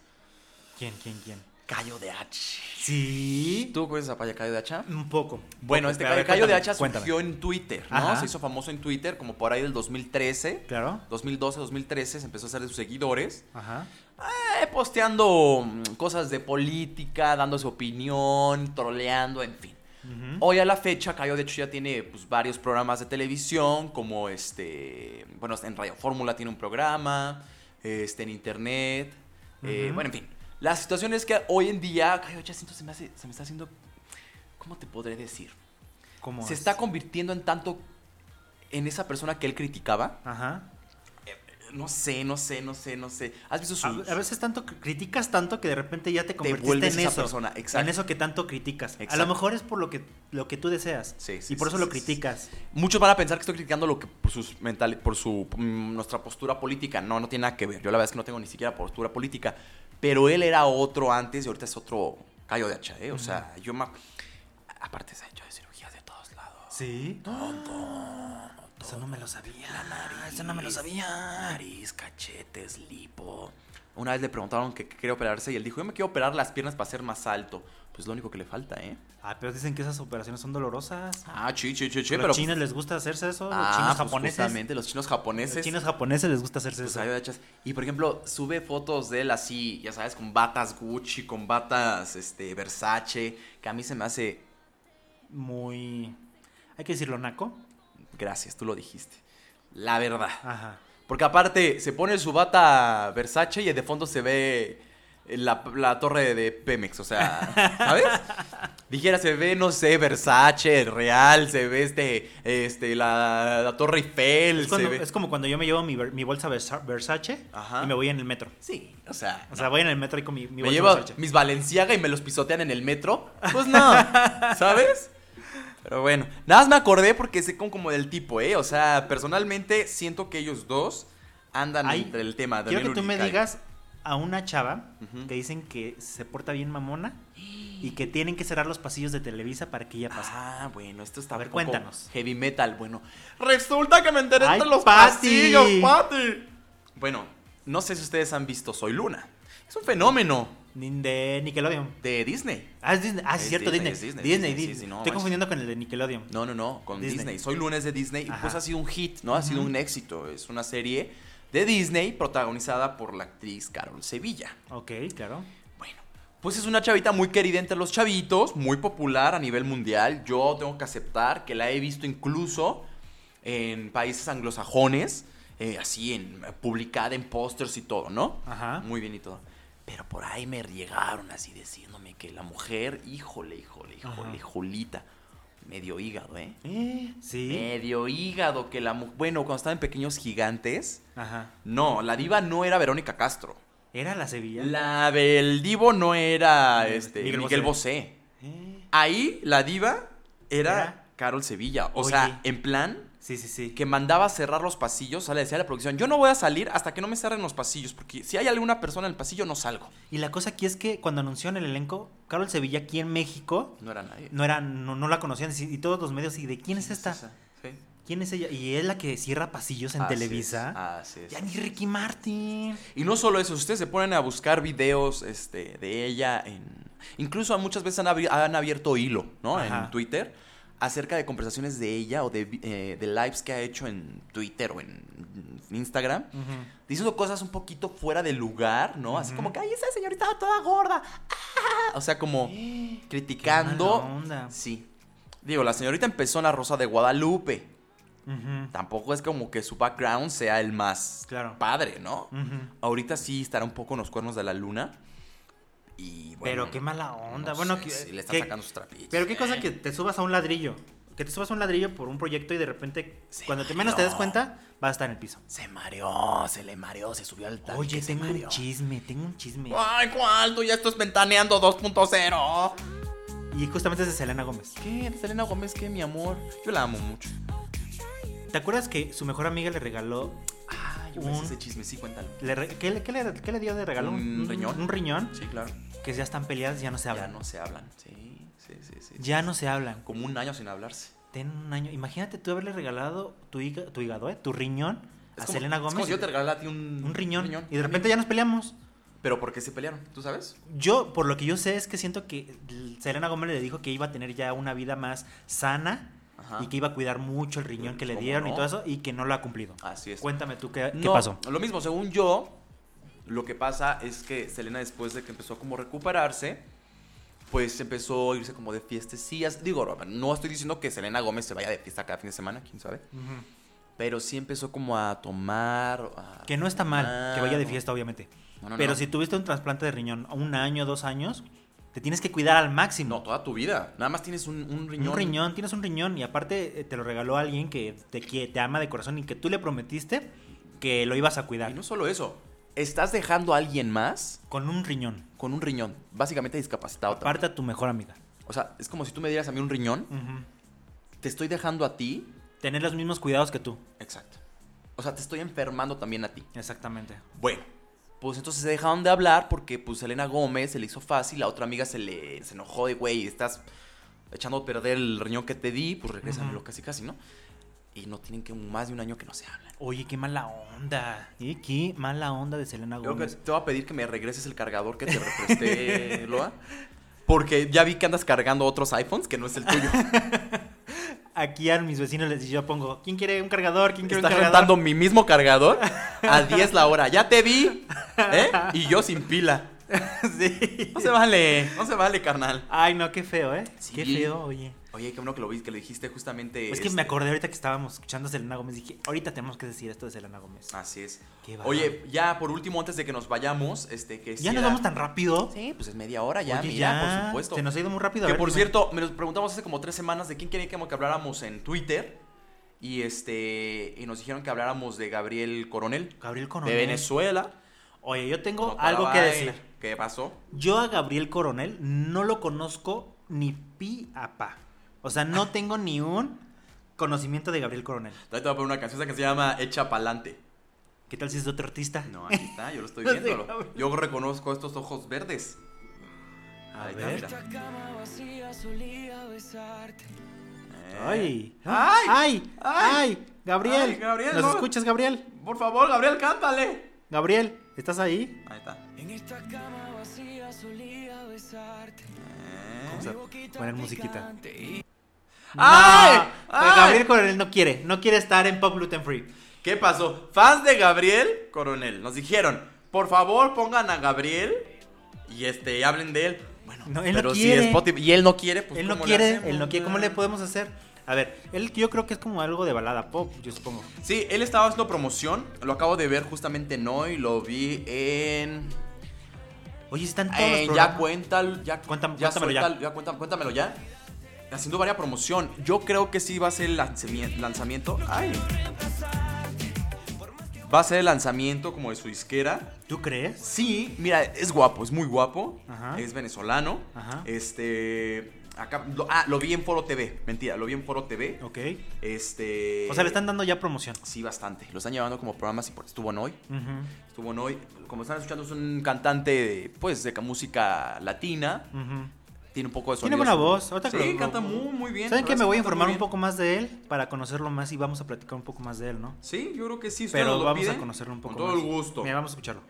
Speaker 4: ¿Quién, quién, quién?
Speaker 3: callo de hacha.
Speaker 4: Sí.
Speaker 3: ¿Tú conoces a Paya Callo de hacha?
Speaker 4: Un poco.
Speaker 3: Bueno,
Speaker 4: Poco,
Speaker 3: este
Speaker 4: pero Mm, a
Speaker 3: Cayo,
Speaker 4: ver,
Speaker 3: Cayo de
Speaker 4: cuéntame,
Speaker 3: Hacha surgió
Speaker 4: cuéntame.
Speaker 3: en Twitter, ¿no?
Speaker 4: Ajá.
Speaker 3: Se hizo famoso en Twitter como por ahí del 2013.
Speaker 4: Claro.
Speaker 3: 2012, 2013 se empezó a hacer de sus seguidores.
Speaker 4: Ajá.
Speaker 3: eh, posteando mm, cosas de política, dando su opinión, troleando, en fin. Hoy a la fecha, Cayo de hecho ya tiene pues, varios programas de televisión, como este, bueno, en Radio Fórmula tiene un programa, este, en Internet, eh,
Speaker 4: Ujú.
Speaker 3: bueno, en fin. La situación es que hoy en día, Cayo de Hacha siento se me, hace, se me está haciendo, ¿cómo te podré decir?
Speaker 4: ¿Cómo
Speaker 3: Se
Speaker 4: es?
Speaker 3: está convirtiendo en tanto en esa persona que él criticaba.
Speaker 4: Ajá.
Speaker 3: No sé, no sé, no sé, no sé. ¿Has visto su,
Speaker 4: A, a veces tanto que- criticas tanto que de repente ya te convertiste
Speaker 3: vuelves
Speaker 4: en
Speaker 3: esa
Speaker 4: eso.
Speaker 3: persona, exacto.
Speaker 4: En eso que tanto criticas. A
Speaker 3: Exacto.
Speaker 4: lo mejor es por lo que lo que tú deseas.
Speaker 3: Sí, sí,
Speaker 4: Y por
Speaker 3: sí,
Speaker 4: eso
Speaker 3: sí,
Speaker 4: lo
Speaker 3: sí, sí.
Speaker 4: criticas.
Speaker 3: Muchos van a pensar que estoy criticando lo que por sus mentali- por su mm, nuestra postura política. No, no tiene nada que ver. Yo la verdad es que no tengo ni siquiera postura política. Pero él era otro antes y ahorita es otro callo de hacha, ¿eh? O sea, yo me... Aparte se ha hecho de cirugías de todos lados.
Speaker 4: Sí. Eso no me lo sabía. Ah,
Speaker 3: Eso no me lo sabía. Nariz, cachetes, lipo. Una vez le preguntaron que qué quería operarse y él dijo, yo me quiero operar las piernas para ser más alto. Pues lo único que le falta, ¿eh?
Speaker 4: Ah, pero dicen que esas operaciones son dolorosas.
Speaker 3: Ah, chi, chi, chi, chi,
Speaker 4: A
Speaker 3: pero... pues
Speaker 4: los chinos les gusta hacerse eso, los
Speaker 3: ah,
Speaker 4: chinos
Speaker 3: pues,
Speaker 4: japoneses.
Speaker 3: justamente, los chinos
Speaker 4: los
Speaker 3: japoneses.
Speaker 4: chinos japoneses les gusta hacerse
Speaker 3: Pues
Speaker 4: eso.
Speaker 3: hay hachas. Y por ejemplo, sube fotos de él así, ya sabes, con batas Gucci, con batas este, Versace, que a mí se me hace.
Speaker 4: Muy. Hay que decirlo, naco.
Speaker 3: Gracias, tú lo dijiste. La verdad.
Speaker 4: Ajá.
Speaker 3: Porque aparte, se pone su bata Versace y de fondo se ve eh, la, la torre de Pemex, o sea, ¿sabes? Dijera, se ve, no sé, Versace, Real, se ve este, este, la, la Torre Eiffel,
Speaker 4: Es, cuando-
Speaker 3: se ve.
Speaker 4: es como cuando yo me llevo mi, ver- mi bolsa Versa- Versace
Speaker 3: Ajá.
Speaker 4: y me voy en el metro.
Speaker 3: Sí, o sea,
Speaker 4: O sea, voy en el metro y con mi, mi
Speaker 3: me
Speaker 4: bolsa
Speaker 3: llevo
Speaker 4: Versace.
Speaker 3: mis Valenciaga y me los pisotean en el metro. Pues no, ¿sabes? Pero bueno, nada más me acordé porque sé como, como del tipo, ¿eh? O sea, personalmente siento que ellos dos andan
Speaker 4: Ay,
Speaker 3: entre el tema.
Speaker 4: Quiero
Speaker 3: Daniel
Speaker 4: que tú me
Speaker 3: Uricay.
Speaker 4: digas a una chava
Speaker 3: Ujú.
Speaker 4: que dicen que se porta bien mamona y que tienen que cerrar los pasillos de Televisa para que ella pase.
Speaker 3: Ah, bueno, esto está
Speaker 4: A ver,
Speaker 3: un poco
Speaker 4: cuéntanos.
Speaker 3: Heavy metal, bueno. Resulta que me enteré
Speaker 4: Ay,
Speaker 3: de los
Speaker 4: Pati.
Speaker 3: pasillos, Pati. Bueno, no sé si ustedes han visto Soy Luna. Es un fenómeno
Speaker 4: Ni de Nickelodeon.
Speaker 3: de Disney.
Speaker 4: Ah, es Disney. Ah, sí,
Speaker 3: Es
Speaker 4: cierto,
Speaker 3: Disney,
Speaker 4: Disney.
Speaker 3: es
Speaker 4: Disney,
Speaker 3: Disney,
Speaker 4: Disney.
Speaker 3: Disney, sí, sí, no,
Speaker 4: Estoy
Speaker 3: manches.
Speaker 4: confundiendo con el de Nickelodeon.
Speaker 3: No, no, no, con
Speaker 4: Disney.
Speaker 3: Disney. Soy lunes de Disney y pues
Speaker 4: Ajá.
Speaker 3: ha sido un hit, ¿no? Ha sido un éxito. Es una serie de Disney protagonizada por la actriz Carol Sevilla.
Speaker 4: Ok, claro.
Speaker 3: Bueno, pues es una chavita muy querida entre los chavitos, muy popular a nivel mundial. Yo tengo que aceptar que la he visto incluso en países anglosajones, eh, así en publicada en pósters y todo, ¿no?
Speaker 4: Ajá.
Speaker 3: Muy bien y todo. Pero por ahí me llegaron así diciéndome que la mujer, híjole, híjole, híjole,
Speaker 4: Ajá.
Speaker 3: jolita, medio hígado, ¿eh?
Speaker 4: Sí.
Speaker 3: Medio hígado que la mujer. Bueno, cuando estaban pequeños gigantes.
Speaker 4: Ajá.
Speaker 3: No, la diva no era Verónica Castro.
Speaker 4: Era la Sevilla.
Speaker 3: La del divo no era
Speaker 4: Miguel-
Speaker 3: este,
Speaker 4: Miguel
Speaker 3: Miguel, Bosé.
Speaker 4: Eh,
Speaker 3: Ahí la diva era
Speaker 4: Era-
Speaker 3: Carol Sevilla. O
Speaker 4: Oye.
Speaker 3: sea, en plan
Speaker 4: Sí, sí, sí.
Speaker 3: que mandaba a cerrar los pasillos. O sea, le decía a la producción: Yo no voy a salir hasta que no me cierren los pasillos. Porque si hay alguna persona en el pasillo, no salgo.
Speaker 4: Y la cosa aquí es que cuando anunció en el elenco, Carol Sevilla aquí en México,
Speaker 3: No era nadie.
Speaker 4: no era, no, no la conocían. sí, Y todos los medios, ¿y de quién es esta?
Speaker 3: Esa, sí.
Speaker 4: ¿Quién es ella? Y es la que cierra pasillos en
Speaker 3: Así
Speaker 4: Televisa.
Speaker 3: es, así es.
Speaker 4: Ya ni Ricky Martin.
Speaker 3: Y no solo eso, si ustedes se ponen a buscar videos este, de ella en... Incluso muchas veces han, abri- han abierto hilo, ¿no?
Speaker 4: Ajá.
Speaker 3: En Twitter, acerca de conversaciones de ella o de, vi- eh, de lives que ha hecho en Twitter o en Instagram, diciendo cosas un poquito fuera de lugar, ¿no? Así como que, ay, esa señorita toda gorda. ¡ah!". O sea, como Eh. criticando...
Speaker 4: qué mala onda.
Speaker 3: Sí. Digo, la señorita empezó en La Rosa de Guadalupe.
Speaker 4: Ujú.
Speaker 3: Tampoco es como que su background sea el más
Speaker 4: Claro.
Speaker 3: padre, ¿no?
Speaker 4: Ujú.
Speaker 3: Ahorita sí estará un poco en los cuernos de la luna. Y bueno.
Speaker 4: Pero qué mala onda.
Speaker 3: no
Speaker 4: bueno,
Speaker 3: sé,
Speaker 4: que,
Speaker 3: sí, le está
Speaker 4: que-
Speaker 3: sacando sus trapitos.
Speaker 4: Pero qué cosa que te subas a un ladrillo. Que te subas a un ladrillo por un proyecto y de repente,
Speaker 3: Sí,
Speaker 4: cuando te menos te des
Speaker 3: no.
Speaker 4: cuenta, vas a estar en el piso.
Speaker 3: Se mareó, se le mareó, se subió al tanque.
Speaker 4: Oye,
Speaker 3: se
Speaker 4: tengo un
Speaker 3: mareó.
Speaker 4: chisme, tengo un chisme.
Speaker 3: Ay, ¿cuál? Tú ya estás ventaneando 2.0.
Speaker 4: Y justamente es de Selena Gómez.
Speaker 3: ¿Qué? Selena Gómez, ¿qué, mi amor? Yo la amo mucho.
Speaker 4: ¿Te acuerdas que su mejor amiga le regaló.
Speaker 3: Ay, yo me
Speaker 4: Un-
Speaker 3: sé ese chisme, sí, cuéntalo.
Speaker 4: le re- ¿qué, le- qué le, qué le dio de regalo?
Speaker 3: Un riñón.
Speaker 4: Un riñón.
Speaker 3: Sí, claro.
Speaker 4: Que ya están peleadas, ya no se
Speaker 3: Ya
Speaker 4: hablan.
Speaker 3: no se hablan. Sí, sí, sí, sí.
Speaker 4: Ya no se hablan.
Speaker 3: Como un año sin hablarse.
Speaker 4: Ten un año. Imagínate tú haberle regalado tu hígado, tu, hígado, ¿eh? tu riñón
Speaker 3: Es
Speaker 4: a
Speaker 3: como-
Speaker 4: Selena Gómez.
Speaker 3: Es como si yo te regalara a ti un,
Speaker 4: Un riñón. Y de repente ya nos peleamos.
Speaker 3: Pero porque se pelearon, ¿tú sabes?
Speaker 4: Yo, por lo que yo sé, es que siento que Selena Gómez le dijo que iba a tener ya una vida más sana
Speaker 3: Ajá.
Speaker 4: y que iba a cuidar mucho el riñón que le
Speaker 3: Ah. ¿Cómo
Speaker 4: dieron y
Speaker 3: no?
Speaker 4: todo eso y que no lo ha cumplido.
Speaker 3: Así es.
Speaker 4: Cuéntame tú qué, qué
Speaker 3: No,
Speaker 4: pasó.
Speaker 3: Lo mismo, según yo, lo que pasa es que Selena después de que empezó como a recuperarse, pues empezó a irse como de fiestecillas. Digo, no estoy diciendo que Selena Gómez se vaya de fiesta cada fin de semana, quién sabe. Pero sí empezó como a tomar. a
Speaker 4: Que no está mal que vaya de
Speaker 3: fumar.
Speaker 4: fiesta, obviamente.
Speaker 3: Ah. No, no,
Speaker 4: Pero
Speaker 3: no.
Speaker 4: si tuviste un trasplante de riñón un año, dos años, te tienes que cuidar al máximo.
Speaker 3: No, toda tu vida. Nada más tienes un, un riñón.
Speaker 4: Un riñón, tienes un riñón y aparte eh, te lo regaló alguien que te, que te ama de corazón y que tú le prometiste que lo ibas a
Speaker 3: Y
Speaker 4: cuidar.
Speaker 3: no solo eso. Estás dejando a alguien más
Speaker 4: Con un riñón.
Speaker 3: con un riñón. Básicamente discapacitado. también.
Speaker 4: Aparte a tu mejor amiga.
Speaker 3: O sea, es como si tú me dieras a mí un riñón.
Speaker 4: Ujú.
Speaker 3: Te estoy dejando a ti.
Speaker 4: Tener los mismos cuidados que tú.
Speaker 3: Exacto. O sea, te estoy enfermando también a ti.
Speaker 4: Exactamente.
Speaker 3: Bueno, pues entonces se dejaron de hablar porque pues Elena Gómez se le hizo fácil, la otra amiga se le se enojó de güey, estás echando a perder el riñón que te di, pues regrésame lo casi casi, ¿no? y no tienen que más de un año que no se hablan.
Speaker 4: Oye, qué mala onda. ¿Y qué mala onda de Selena
Speaker 3: Yo creo
Speaker 4: Gómez?
Speaker 3: que te voy a pedir que me regreses el cargador que te presté, Loa. Porque ya vi que andas cargando otros iPhones que no es el tuyo.
Speaker 4: Aquí a mis vecinos les yo pongo, ¿quién quiere un cargador? ¿Quién quiere
Speaker 3: Estás
Speaker 4: un cargador?
Speaker 3: rentando mi mismo cargador a 10 la hora. Ya te vi, ¿eh? Y yo sin pila.
Speaker 4: sí.
Speaker 3: No se vale, no se vale, carnal.
Speaker 4: Ay, no, qué feo, ¿eh?
Speaker 3: Sí.
Speaker 4: Qué feo, oye.
Speaker 3: Oye, qué bueno que lo viste, que le dijiste justamente. este
Speaker 4: Es que me acordé ahorita que estábamos escuchando a Selena Gómez. Dije, ahorita tenemos que decir esto de Selena Gómez.
Speaker 3: Así es.
Speaker 4: Qué bárbaro.
Speaker 3: Oye, ya por último, antes de que nos vayamos, este que
Speaker 4: ya
Speaker 3: sí
Speaker 4: nos
Speaker 3: era-
Speaker 4: vamos tan rápido.
Speaker 3: Sí, pues es media hora ya,
Speaker 4: Oye,
Speaker 3: mira,
Speaker 4: ya,
Speaker 3: por supuesto.
Speaker 4: Se nos ha ido muy rápido. a
Speaker 3: Que
Speaker 4: ver,
Speaker 3: por
Speaker 4: dime.
Speaker 3: cierto, me nos preguntamos hace como tres semanas de quién quería que que habláramos en Twitter. Y este. Y nos dijeron que habláramos de Gabriel Coronel.
Speaker 4: Gabriel
Speaker 3: De
Speaker 4: Coronel.
Speaker 3: Venezuela.
Speaker 4: Oye, yo tengo
Speaker 3: Como
Speaker 4: algo que
Speaker 3: Carabay.
Speaker 4: decir.
Speaker 3: ¿Qué pasó?
Speaker 4: Yo a Gabriel Coronel no lo conozco ni pi a pa. O sea, no tengo ni un conocimiento de Gabriel Coronel.
Speaker 3: Ahorita te voy a poner una canción que se llama Echa Pa'lante.
Speaker 4: ¿Qué tal si es de otro artista?
Speaker 3: No, aquí está, yo lo estoy
Speaker 4: No sé,
Speaker 3: viendo.
Speaker 4: Gabriel.
Speaker 3: Yo reconozco estos ojos verdes.
Speaker 4: A
Speaker 3: Ahí
Speaker 4: ver.
Speaker 3: está, mira. Eh.
Speaker 4: ¡Ay!
Speaker 3: ¡Ay!
Speaker 4: ¡Ay! ¡Ay!
Speaker 3: ¡Ay!
Speaker 4: ¡Gabriel!
Speaker 3: ¡Ay, Gabriel,
Speaker 4: ¿Nos
Speaker 3: no!
Speaker 4: escuchas, Gabriel?
Speaker 3: Por favor, Gabriel, cántale.
Speaker 4: Gabriel, ¿estás ahí?
Speaker 3: Ahí está. En esta cama vacía solía besarte.
Speaker 4: Poner musiquita.
Speaker 3: ¡Ay!
Speaker 4: No, pues
Speaker 3: ¡Ay!
Speaker 4: Gabriel Coronel no quiere, no quiere estar en Pop Gluten Free.
Speaker 3: ¿Qué pasó? Fans de Gabriel Coronel nos dijeron, por favor pongan a Gabriel y este y hablen de él. Bueno,
Speaker 4: No, él no
Speaker 3: pero si
Speaker 4: quiere.
Speaker 3: Spotify y él no quiere, pues
Speaker 4: él no
Speaker 3: ¿cómo le
Speaker 4: quiere,
Speaker 3: hacemos?
Speaker 4: él no quiere. ¿Cómo le podemos hacer? A ver, él yo creo que es como algo de balada pop, yo supongo.
Speaker 3: Sí, él estaba haciendo promoción, lo acabo de ver justamente en hoy, lo vi en
Speaker 4: Oye, están todos los
Speaker 3: en ya
Speaker 4: programas.
Speaker 3: cuéntalo, ya
Speaker 4: Cuéntame-
Speaker 3: ya
Speaker 4: cuéntamelo
Speaker 3: suéltalo,
Speaker 4: ya.
Speaker 3: ya cuéntame- cuéntamelo ya. Haciendo varias promoción. Yo creo que sí va a ser el lancemi- lanzamiento. Ay. Va a ser el lanzamiento como de su disquera.
Speaker 4: ¿Tú crees?
Speaker 3: Sí, mira, es guapo, es muy guapo.
Speaker 4: Ajá.
Speaker 3: Es venezolano.
Speaker 4: Ajá.
Speaker 3: Este. Acá. lo- ah, lo vi en Foro TV. Mentira, lo vi en Foro TV.
Speaker 4: Ok.
Speaker 3: Este.
Speaker 4: O sea, le están dando ya promoción.
Speaker 3: Sí, bastante. Lo están llevando como programas y porque estuvo en hoy.
Speaker 4: Ujú,
Speaker 3: Estuvo en hoy. Como están escuchando, es un cantante, de, pues, de música latina.
Speaker 4: ujú.
Speaker 3: Tiene un poco de sonido.
Speaker 4: Tiene buena voz. Ahorita que
Speaker 3: Sí,
Speaker 4: lo-
Speaker 3: canta muy, muy bien.
Speaker 4: ¿Saben
Speaker 3: La verdad
Speaker 4: qué? Me
Speaker 3: es
Speaker 4: voy a
Speaker 3: canta muy
Speaker 4: informar un
Speaker 3: bien.
Speaker 4: poco más de él para conocerlo más y vamos a platicar un poco más de él, ¿no?
Speaker 3: Sí, yo creo que sí. ustedes
Speaker 4: Pero
Speaker 3: lo
Speaker 4: vamos a
Speaker 3: piden,
Speaker 4: conocerlo un poco
Speaker 3: Con todo
Speaker 4: más.
Speaker 3: el gusto.
Speaker 4: Mira, vamos a escucharlo.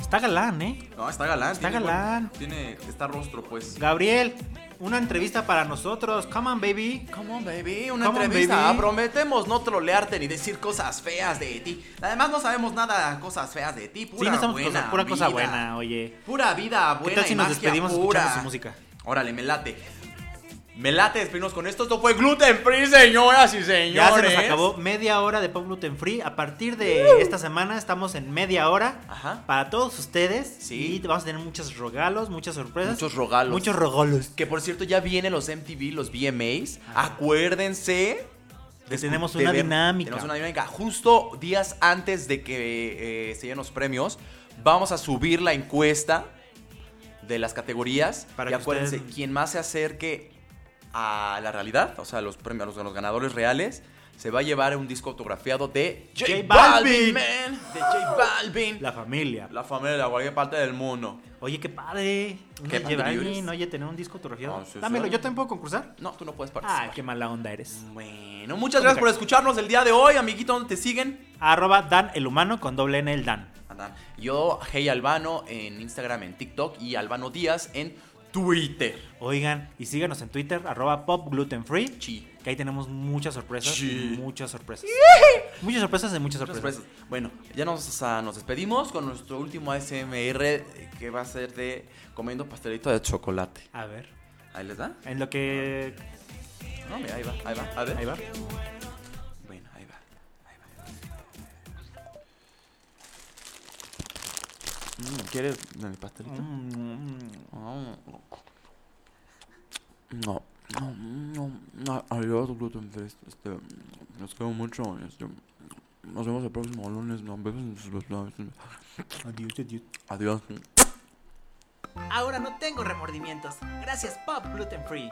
Speaker 4: Está galán, ¿eh?
Speaker 3: No, está galán.
Speaker 4: Está
Speaker 3: tiene buen-
Speaker 4: galán.
Speaker 3: tiene. Está rostro, pues.
Speaker 4: Gabriel, una entrevista para nosotros. Come on, baby.
Speaker 3: Come on, baby, una
Speaker 4: Come on,
Speaker 3: entrevista.
Speaker 4: baby.
Speaker 3: Prometemos no trolearte ni decir cosas feas de ti. Además, no sabemos nada cosas feas de ti. Pura
Speaker 4: sí, no estamos
Speaker 3: buena
Speaker 4: cosa- pura cosa
Speaker 3: vida.
Speaker 4: buena, oye.
Speaker 3: Pura vida
Speaker 4: ¿Qué
Speaker 3: buena.
Speaker 4: tal si
Speaker 3: y
Speaker 4: nos
Speaker 3: magia
Speaker 4: despedimos
Speaker 3: pura.
Speaker 4: escuchando su música?
Speaker 3: Órale, me late. Me late despedirnos con esto. Esto fue Gluten Free, señoras y señores.
Speaker 4: Ya se nos acabó media hora de Pop Gluten Free. A partir de esta semana estamos en media hora
Speaker 3: Ajá.
Speaker 4: para todos ustedes.
Speaker 3: Sí.
Speaker 4: Y vamos a tener muchos regalos, muchas sorpresas.
Speaker 3: Muchos regalos.
Speaker 4: Muchos regalos.
Speaker 3: Que por cierto, ya vienen los MTV, los VMAs. Acuérdense.
Speaker 4: Que
Speaker 3: de
Speaker 4: tenemos
Speaker 3: escu-
Speaker 4: una
Speaker 3: de ver-
Speaker 4: dinámica.
Speaker 3: Tenemos una dinámica. Justo días antes de que eh, se den los premios, vamos a subir la encuesta de las categorías.
Speaker 4: Para
Speaker 3: y
Speaker 4: que
Speaker 3: acuérdense,
Speaker 4: ustedes-
Speaker 3: quien más se acerque a la realidad, o sea, a los premios, a los, a los ganadores reales, se va a llevar un disco autografiado de J,
Speaker 4: J
Speaker 3: Balvin,
Speaker 4: Balvin.
Speaker 3: man, De J Balvin. La,
Speaker 4: La familia.
Speaker 3: familia de cualquier parte del mundo.
Speaker 4: Oye, qué padre. Uno
Speaker 3: Qué
Speaker 4: lleva
Speaker 3: padre
Speaker 4: ahí,
Speaker 3: eres.
Speaker 4: no oye, tener un disco autografiado.
Speaker 3: Ah, sí,
Speaker 4: Dámelo,
Speaker 3: sí.
Speaker 4: ¿yo también puedo concursar?
Speaker 3: No, tú no puedes
Speaker 4: Ay,
Speaker 3: participar.
Speaker 4: qué mala onda eres.
Speaker 3: Bueno, muchas gracias por escucharnos el día de hoy, amiguito, ¿dónde te siguen?
Speaker 4: Arroba Dan el humano con doble N el Dan.
Speaker 3: Andan. Yo, Hey Albano, en Instagram, en TikTok y Albano Díaz en Twitter.
Speaker 4: Oigan, y síganos en Twitter, arroba pop gluten free.
Speaker 3: Chi.
Speaker 4: Que ahí tenemos muchas sorpresas.
Speaker 3: Chi.
Speaker 4: Muchas sorpresas. Muchas sorpresas y muchas
Speaker 3: Muchas
Speaker 4: sorpresas.
Speaker 3: sorpresas. Bueno, ya nos, ah, nos despedimos con nuestro último ASMR eh, que va a ser de comiendo pastelito de chocolate.
Speaker 4: A ver.
Speaker 3: Ahí les da.
Speaker 4: En lo que.
Speaker 3: No, mira, ahí va, ahí va. A ver.
Speaker 4: Ahí va.
Speaker 3: Bueno, ahí va. Ahí va. Mm, ¿Quieres el pastelito? Mm. No, no, no, no, adiós, gluten free. Este, los quiero mucho. Este, nos vemos el próximo lunes. No, besos en sus labios.
Speaker 4: Adiós, adiós.
Speaker 3: Adiós.
Speaker 8: Ahora no tengo remordimientos. Gracias, Pop Gluten Free.